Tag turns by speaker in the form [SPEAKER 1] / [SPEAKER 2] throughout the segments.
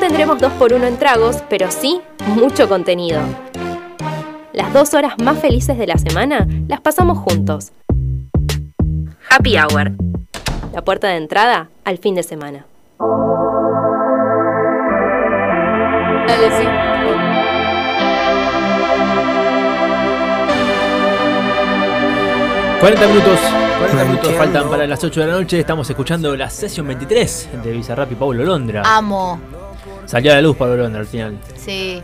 [SPEAKER 1] tendremos 2x1 en tragos, pero sí mucho contenido. Las dos horas más felices de la semana las pasamos juntos. Happy Hour. La puerta de entrada al fin de semana.
[SPEAKER 2] Dale, sí.
[SPEAKER 3] Bueno. 40 minutos, 40 minutos faltan para las 8 de la noche. Estamos escuchando la sesión 23 de Bizarrap y Pablo Londra.
[SPEAKER 2] Amo.
[SPEAKER 3] Salió a la luz Pablo Londra al final.
[SPEAKER 2] Sí.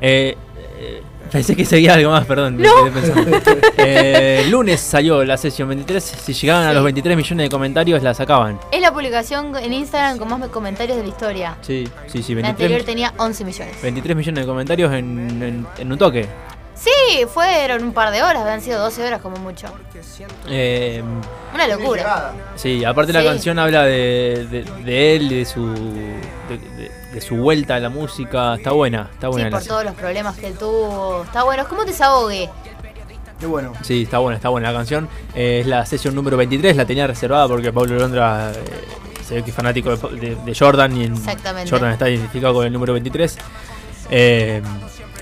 [SPEAKER 3] Eh, eh, pensé que seguía algo más, perdón. me quedé pensando. Eh, lunes salió la sesión 23. Si llegaban a
[SPEAKER 2] Sí.
[SPEAKER 3] los 23 millones de comentarios, la sacaban.
[SPEAKER 2] Es la publicación en Instagram con más comentarios de la historia.
[SPEAKER 3] Sí, sí, sí,
[SPEAKER 2] La anterior
[SPEAKER 3] 23,
[SPEAKER 2] tenía 11 millones.
[SPEAKER 3] 23 millones de comentarios en, en- en un toque.
[SPEAKER 2] Sí, fueron un par de horas, habían sido 12 horas como mucho.
[SPEAKER 3] Eh,
[SPEAKER 2] Una locura.
[SPEAKER 3] sí, aparte la
[SPEAKER 2] Sí.
[SPEAKER 3] canción habla de, de- de él, de su, de, de- de su vuelta a la música. Está buena, está
[SPEAKER 2] Sí,
[SPEAKER 3] buena. la-
[SPEAKER 2] por todos los problemas que tuvo. Está bueno, es como desahogue.
[SPEAKER 4] Qué bueno.
[SPEAKER 3] Sí, está buena, está buena la canción. Eh, es la sesión número 23, la tenía reservada porque Pablo Londra eh, se ve que es fanático de, de- de Jordan y en-
[SPEAKER 2] Exactamente.
[SPEAKER 3] Jordan está identificado con el número 23. Eh,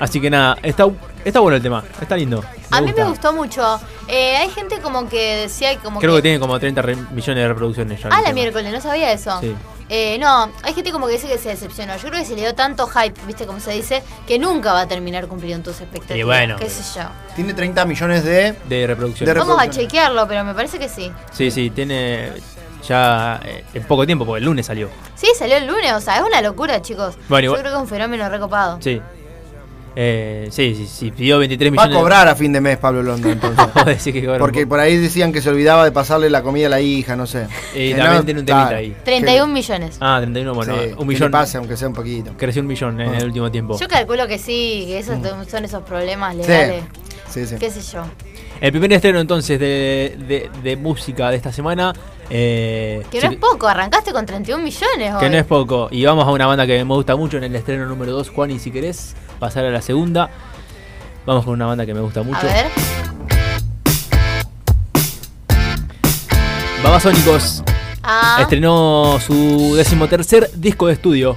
[SPEAKER 3] así que nada, está, está bueno el tema, está lindo.
[SPEAKER 2] A mí me gustó mucho. Eh, hay gente como que decía como
[SPEAKER 3] Creo que tiene como 30 re- millones de reproducciones ya. el
[SPEAKER 2] Ah, la
[SPEAKER 3] tema.
[SPEAKER 2] miércoles, no sabía eso.
[SPEAKER 3] Sí.
[SPEAKER 2] Eh, no, hay gente como que dice que se decepcionó. Yo creo que se le dio tanto hype, viste como se dice, que nunca va a terminar cumpliendo tus expectativas.
[SPEAKER 3] Y bueno.
[SPEAKER 2] Qué sé yo.
[SPEAKER 4] Tiene 30 millones de.
[SPEAKER 3] De reproducciones.
[SPEAKER 4] De
[SPEAKER 2] Vamos a
[SPEAKER 4] reproducciones.
[SPEAKER 2] chequearlo, pero me parece que sí.
[SPEAKER 3] sí, sí, tiene ya eh, en poco tiempo, porque el lunes salió.
[SPEAKER 2] Sí, salió el lunes, o sea, es una locura, chicos.
[SPEAKER 3] Bueno,
[SPEAKER 2] yo
[SPEAKER 3] igual-
[SPEAKER 2] creo que es un fenómeno recopado.
[SPEAKER 3] Sí. Eh, sí, sí, sí, pidió 23
[SPEAKER 4] Va a
[SPEAKER 3] millones. de-
[SPEAKER 4] cobrar a fin de mes Pablo Londra entonces.
[SPEAKER 3] Vos decís que cobra un
[SPEAKER 4] Porque
[SPEAKER 3] poco.
[SPEAKER 4] por ahí decían que se olvidaba de pasarle la comida a la hija, no sé.
[SPEAKER 3] Y
[SPEAKER 4] Que
[SPEAKER 3] también
[SPEAKER 4] no-
[SPEAKER 3] tiene un temita
[SPEAKER 4] claro.
[SPEAKER 3] ahí.
[SPEAKER 2] 31 millones.
[SPEAKER 3] Ah, 31, bueno,
[SPEAKER 4] Sí,
[SPEAKER 3] un
[SPEAKER 4] que
[SPEAKER 3] millón.
[SPEAKER 4] le pase, aunque sea un poquito.
[SPEAKER 3] Creció un millón en
[SPEAKER 4] Ah.
[SPEAKER 3] el último tiempo.
[SPEAKER 2] Yo calculo que sí, que
[SPEAKER 3] Mm.
[SPEAKER 2] esos son esos problemas legales.
[SPEAKER 4] Sí. Sí, sí.
[SPEAKER 2] Qué sé yo.
[SPEAKER 3] El primer estreno entonces de, de- de música de esta semana. eh,
[SPEAKER 2] Que
[SPEAKER 3] sí,
[SPEAKER 2] no es poco, eh. arrancaste con 31 millones hoy.
[SPEAKER 3] que no es poco. Y vamos a una banda que me gusta mucho en el estreno número 2, Juan, y si querés pasar a la segunda. Vamos con una banda que me gusta
[SPEAKER 2] A
[SPEAKER 3] mucho.
[SPEAKER 2] ver,
[SPEAKER 3] Babasónicos
[SPEAKER 2] ah,
[SPEAKER 3] estrenó su decimotercer disco de estudio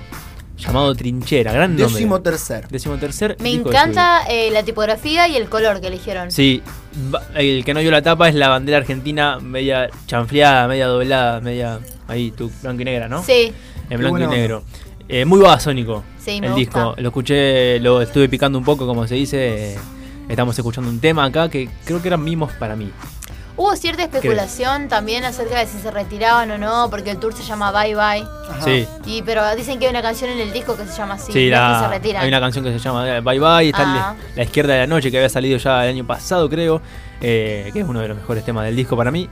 [SPEAKER 3] llamado Trinchera. Gran nombre.
[SPEAKER 4] Décimo tercer.
[SPEAKER 3] Decimotercer
[SPEAKER 2] me
[SPEAKER 3] disco de
[SPEAKER 2] encanta eh, la tipografía y el color que eligieron.
[SPEAKER 3] Sí, va- el que no vio la tapa es la bandera argentina media chanfleada, media doblada, media ahí, tu blanco y negra, ¿no?
[SPEAKER 2] Sí,
[SPEAKER 3] En blanco y
[SPEAKER 4] buena onda.
[SPEAKER 3] negro. Eh, muy babasónico
[SPEAKER 2] Sí, me
[SPEAKER 3] el
[SPEAKER 2] gusta.
[SPEAKER 3] disco. Lo escuché, lo estuve picando un poco, como se dice. eh, Estamos escuchando un tema acá que creo que eran mimos para mí.
[SPEAKER 2] Hubo cierta especulación también acerca de si se retiraban o no, porque el tour se llama Bye Bye.
[SPEAKER 3] Sí.
[SPEAKER 2] Y pero dicen que hay una canción en el disco que se llama así,
[SPEAKER 3] Sí,
[SPEAKER 2] no
[SPEAKER 3] la-
[SPEAKER 2] es que se retiran.
[SPEAKER 3] hay una canción que se llama eh, Bye Bye, está el-
[SPEAKER 2] Ah.
[SPEAKER 3] La Izquierda de la Noche, que había salido ya el año pasado, creo, eh, que es uno de los mejores temas del disco para mí.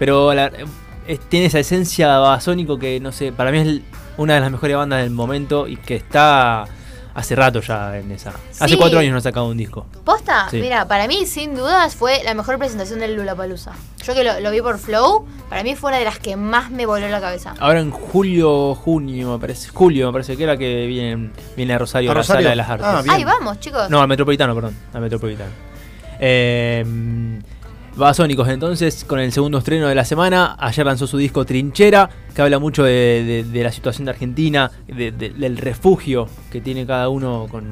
[SPEAKER 3] Pero la- eh, es- tiene esa esencia basónico que, no sé, para mí es l- una de las mejores bandas del momento y que está hace rato ya en esa.
[SPEAKER 2] Sí.
[SPEAKER 3] Hace cuatro años no ha sacado un disco.
[SPEAKER 2] Posta,
[SPEAKER 3] Sí.
[SPEAKER 2] mira, para mí sin dudas fue la mejor presentación del Lula Palusa. Yo que lo, lo vi por Flow, para mí fue una de las que más me voló la cabeza.
[SPEAKER 3] Ahora en julio, junio, me parece, julio me parece que era que viene, viene a Rosario,
[SPEAKER 4] ¿A
[SPEAKER 3] la
[SPEAKER 4] Rosario?
[SPEAKER 3] Sala de las Artes.
[SPEAKER 4] Ah, bien.
[SPEAKER 2] Ahí vamos, chicos.
[SPEAKER 3] No, al Metropolitano, perdón. Al Metropolitano. Eh, Babasónicos, entonces, con el segundo estreno de la semana. Ayer lanzó su disco Trinchera, que habla mucho de, de- de la situación de Argentina, de- de- del refugio que tiene cada uno con...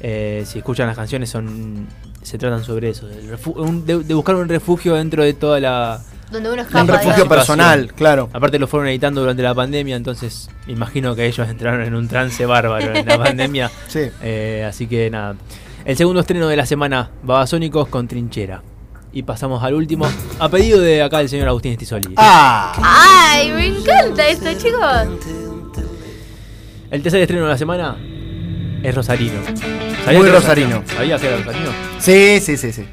[SPEAKER 3] eh, si escuchan las canciones, son se tratan sobre eso, del refu- un- de, de buscar un refugio dentro de toda la...
[SPEAKER 2] Donde uno escapa.
[SPEAKER 4] Un
[SPEAKER 2] de
[SPEAKER 4] refugio
[SPEAKER 2] algo.
[SPEAKER 4] personal, claro.
[SPEAKER 3] Aparte lo fueron editando durante la pandemia, entonces imagino que ellos entraron en un trance bárbaro en la pandemia.
[SPEAKER 4] Sí.
[SPEAKER 3] Eh, así que nada. El segundo estreno de la semana, Babasónicos con Trinchera. Y pasamos al último, a pedido de acá el señor Agustín Estisoli.
[SPEAKER 4] Ah,
[SPEAKER 2] Ay, me encanta esto, chicos.
[SPEAKER 3] El tercer estreno de la semana es Rosarino.
[SPEAKER 4] Muy
[SPEAKER 3] que era
[SPEAKER 4] rosarino.
[SPEAKER 3] ¿Sabías que era Rosarino?
[SPEAKER 4] sí, sí, sí, sí.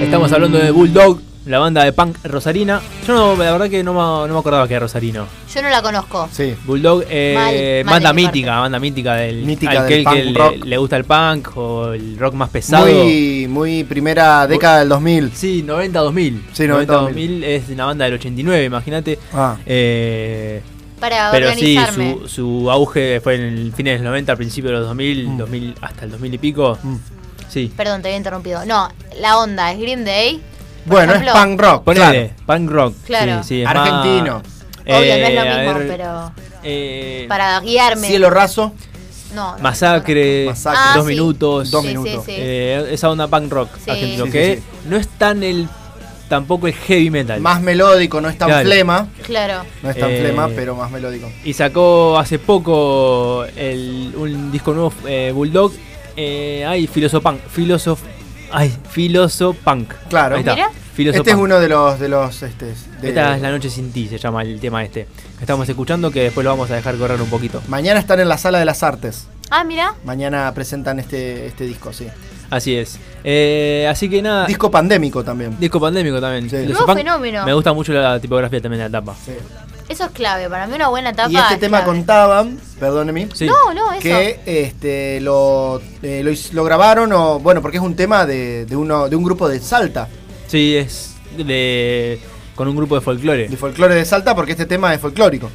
[SPEAKER 3] Estamos hablando de Bulldog, la banda de punk rosarina. Yo no, la verdad que no me, no me acordaba que era Rosarino.
[SPEAKER 2] Yo no la conozco.
[SPEAKER 4] Sí.
[SPEAKER 3] Bulldog, eh,
[SPEAKER 2] Mal, mal
[SPEAKER 3] banda
[SPEAKER 2] de mi parte.
[SPEAKER 3] mítica, banda mítica del
[SPEAKER 4] Mítica
[SPEAKER 3] al
[SPEAKER 4] del
[SPEAKER 3] aquel que
[SPEAKER 4] punk
[SPEAKER 3] le-
[SPEAKER 4] rock.
[SPEAKER 3] Le, gusta el punk o el rock más pesado.
[SPEAKER 4] Muy, muy primera década del 2000.
[SPEAKER 3] Sí, 90-2000.
[SPEAKER 4] Sí,
[SPEAKER 3] 90-2000 es una banda del 89, imagínate.
[SPEAKER 4] Ah.
[SPEAKER 3] Eh,
[SPEAKER 2] Para
[SPEAKER 3] pero sí,
[SPEAKER 2] organizarme.
[SPEAKER 3] su, su auge fue en el fines de los 90, al principio de los 2000, 2000 hasta el 2000 y pico.
[SPEAKER 4] Mm.
[SPEAKER 3] Sí.
[SPEAKER 2] Perdón, te había interrumpido. No, la onda es Green Day. por
[SPEAKER 4] Bueno,
[SPEAKER 2] ejemplo.
[SPEAKER 4] es punk rock.
[SPEAKER 3] Ponele, punk rock.
[SPEAKER 2] Claro.
[SPEAKER 3] Sí, sí, es más-
[SPEAKER 4] Claro. Argentino.
[SPEAKER 2] Obvio, no es lo
[SPEAKER 3] Eh, a
[SPEAKER 2] mismo,
[SPEAKER 3] ver,
[SPEAKER 2] pero.
[SPEAKER 3] eh,
[SPEAKER 2] Para guiarme.
[SPEAKER 4] Cielo raso.
[SPEAKER 2] No, no,
[SPEAKER 3] Masacre,
[SPEAKER 4] Masacre.
[SPEAKER 2] Ah,
[SPEAKER 3] dos
[SPEAKER 2] sí.
[SPEAKER 3] minutos.
[SPEAKER 4] Dos
[SPEAKER 2] Sí, sí,
[SPEAKER 4] minutos.
[SPEAKER 2] sí.
[SPEAKER 3] Eh, esa onda punk rock
[SPEAKER 2] Sí.
[SPEAKER 3] argentino,
[SPEAKER 4] Sí, sí,
[SPEAKER 3] que
[SPEAKER 4] sí.
[SPEAKER 3] no es tan el tampoco el heavy metal.
[SPEAKER 4] Más melódico, no es tan
[SPEAKER 3] Claro.
[SPEAKER 4] flema.
[SPEAKER 2] no. Claro.
[SPEAKER 4] No es tan
[SPEAKER 3] Eh,
[SPEAKER 4] flema, pero más melódico.
[SPEAKER 3] Y sacó hace poco el- un disco nuevo eh, Bulldog. Eh, ay, Filoso Punk. Filosof, ay, Filoso Punk.
[SPEAKER 4] Claro.
[SPEAKER 3] Ahí está.
[SPEAKER 2] Mira.
[SPEAKER 3] Filoso
[SPEAKER 4] Este es
[SPEAKER 3] Punk.
[SPEAKER 4] uno de los. De los este, de-
[SPEAKER 3] Esta es La Noche Sin Ti, se llama el tema este. que Estamos escuchando que después lo vamos a dejar correr un poquito.
[SPEAKER 4] Mañana están en la Sala de las Artes.
[SPEAKER 2] Ah, mira.
[SPEAKER 4] Mañana presentan este, este disco, sí.
[SPEAKER 3] Así es. Eh, así que nada. Disco,
[SPEAKER 4] Disco pandémico también.
[SPEAKER 3] pandémico también.
[SPEAKER 4] Sí.
[SPEAKER 3] Filoso
[SPEAKER 2] Nuevo
[SPEAKER 3] Punk.
[SPEAKER 2] fenómeno.
[SPEAKER 3] Me gusta mucho la tipografía también de la tapa.
[SPEAKER 4] Sí.
[SPEAKER 2] Eso es clave. Para mí, una buena tapa.
[SPEAKER 4] Y este
[SPEAKER 2] es
[SPEAKER 4] tema
[SPEAKER 2] clave.
[SPEAKER 4] contaban, perdóneme,
[SPEAKER 3] Sí.
[SPEAKER 2] No, no, eso.
[SPEAKER 4] que este lo, eh, lo, his- lo grabaron o bueno, porque es un tema de, de uno de un grupo de Salta,
[SPEAKER 3] Sí, es de con un grupo de folclore.
[SPEAKER 4] de folclore de Salta, porque este tema es folclórico.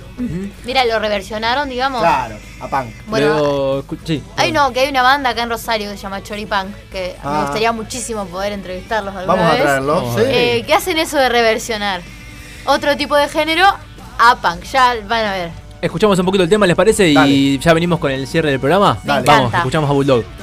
[SPEAKER 2] Mira, lo reversionaron, digamos.
[SPEAKER 4] Claro, a punk.
[SPEAKER 2] Bueno,
[SPEAKER 3] Luego, escu- sí.
[SPEAKER 2] Hay no, que hay una banda acá en Rosario que se llama Choripán, que me
[SPEAKER 4] Ah.
[SPEAKER 2] gustaría muchísimo poder entrevistarlos alguna
[SPEAKER 4] Vamos a
[SPEAKER 2] vez.
[SPEAKER 4] traerlo.
[SPEAKER 3] Vamos a
[SPEAKER 4] sí.
[SPEAKER 2] Eh, ¿Qué hacen eso de reversionar? Otro tipo de género, a punk, ya van a ver.
[SPEAKER 3] Escuchamos un poquito el tema, ¿les parece? Y
[SPEAKER 4] Dale.
[SPEAKER 3] ya venimos con el cierre del programa.
[SPEAKER 4] Me
[SPEAKER 3] Vamos,
[SPEAKER 2] encanta.
[SPEAKER 3] escuchamos a Bulldog.